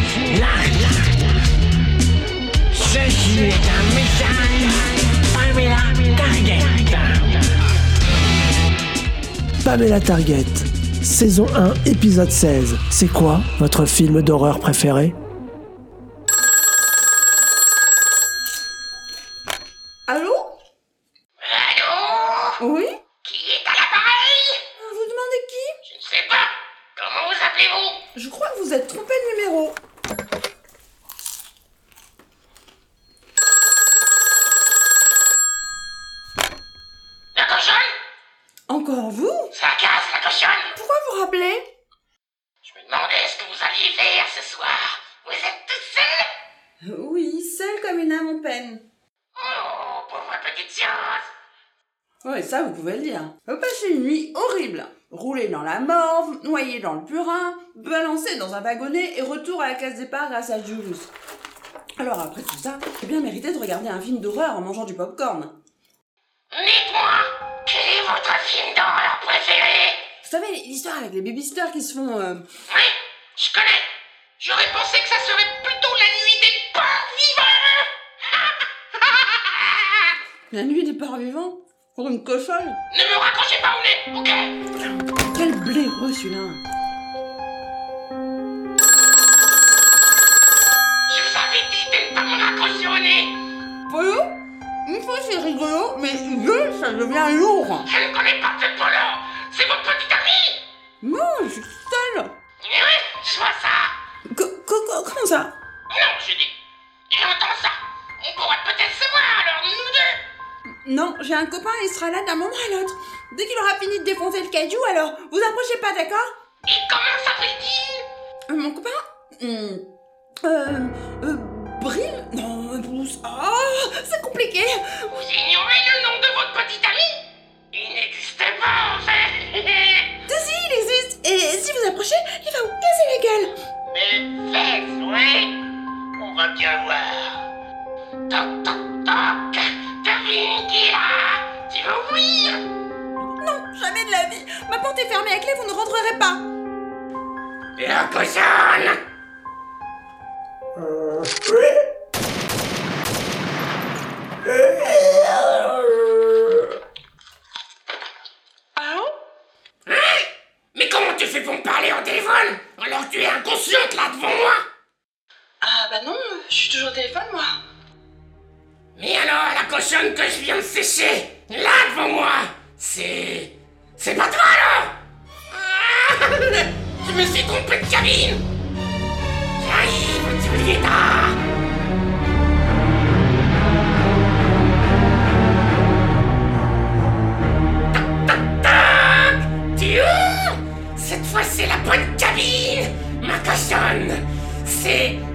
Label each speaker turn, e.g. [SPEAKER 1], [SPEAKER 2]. [SPEAKER 1] Nacht. Ceci est un message. Pamela Target.
[SPEAKER 2] Pamela Target, saison 1, épisode 16. C'est quoi votre film d'horreur préféré
[SPEAKER 3] Allô
[SPEAKER 4] Allô
[SPEAKER 3] Oui
[SPEAKER 4] Qui est à l'appareil
[SPEAKER 3] Vous demandez qui
[SPEAKER 4] Je ne sais pas. Comment vous appelez-vous
[SPEAKER 3] Je crois que vous êtes trompé de numéro.
[SPEAKER 4] La cochonne
[SPEAKER 3] Encore vous
[SPEAKER 4] Ça casse la cochonne
[SPEAKER 3] Pourquoi vous rappelez
[SPEAKER 4] Je me demandais ce que vous alliez faire ce soir. Vous êtes toute seule
[SPEAKER 3] Oui, seul comme une âme en peine.
[SPEAKER 4] Oh, pauvre petite chose
[SPEAKER 3] Oui, ça vous pouvez le dire. Vous passez une nuit horrible. Roulé dans la morve, noyé dans le purin, balancé dans un wagonnet et retour à la case départ grâce à Jules. Alors après tout ça, j'ai bien mérité de regarder un film d'horreur en mangeant du popcorn.
[SPEAKER 4] Dites-moi, quel est votre film d'horreur préféré
[SPEAKER 3] Vous savez, l'histoire avec les babysters qui se font... euh,
[SPEAKER 4] Oui, je connais. J'aurais pensé que ça serait plutôt la nuit des pas vivants
[SPEAKER 3] la nuit des parts vivants Pour une cochonne
[SPEAKER 4] Ne me raccrochez pas au nez, ok
[SPEAKER 3] Quel blaireau celui-là
[SPEAKER 4] Je vous avais dit de ne pas me raccrocher au nez
[SPEAKER 3] Polo, une fois c'est rigolo, mais deux, ça devient lourd.
[SPEAKER 4] Je ne connais pas ce polo C'est votre petit ami
[SPEAKER 3] Non, je suis seule.
[SPEAKER 4] Mais oui, je vois ça
[SPEAKER 3] Co- co- co- comment ça
[SPEAKER 4] Non, je dis... Il entend ça On pourrait peut-être se voir, alors, nous deux
[SPEAKER 3] Non, j'ai un copain, il sera là d'un moment à l'autre. Dès qu'il aura fini de défoncer le caillou, alors vous approchez pas, d'accord
[SPEAKER 4] Et comment s'appelle-t-il
[SPEAKER 3] Euh, Mon copain hmm, Euh. euh Bril Non, Bruce. Oh, c'est compliqué
[SPEAKER 4] Vous ignorez le nom de votre petit ami Il n'existe pas, en fait
[SPEAKER 3] Si, il existe Et si vous approchez, il va vous casser la gueule
[SPEAKER 4] Mais fesses, oui On va bien voir Toc, toc, toc Devine qui là Tu veux ouvrir
[SPEAKER 3] Jamais de la vie Ma porte est fermée à clé, vous ne rentrerez pas
[SPEAKER 4] La cochonne
[SPEAKER 3] Allô
[SPEAKER 4] Mais comment tu fais pour me parler au téléphone Alors tu es inconsciente là devant moi
[SPEAKER 3] Ah bah non, je suis toujours au téléphone moi
[SPEAKER 4] Mais alors la cochonne que je viens de sécher, là devant moi, c'est. C'est pas toi alors Ah, Je me suis trompé de cabine J'arrive, tu es tard Toc, toc, toc Tu ouvres Cette fois c'est la bonne cabine Ma cochonne C'est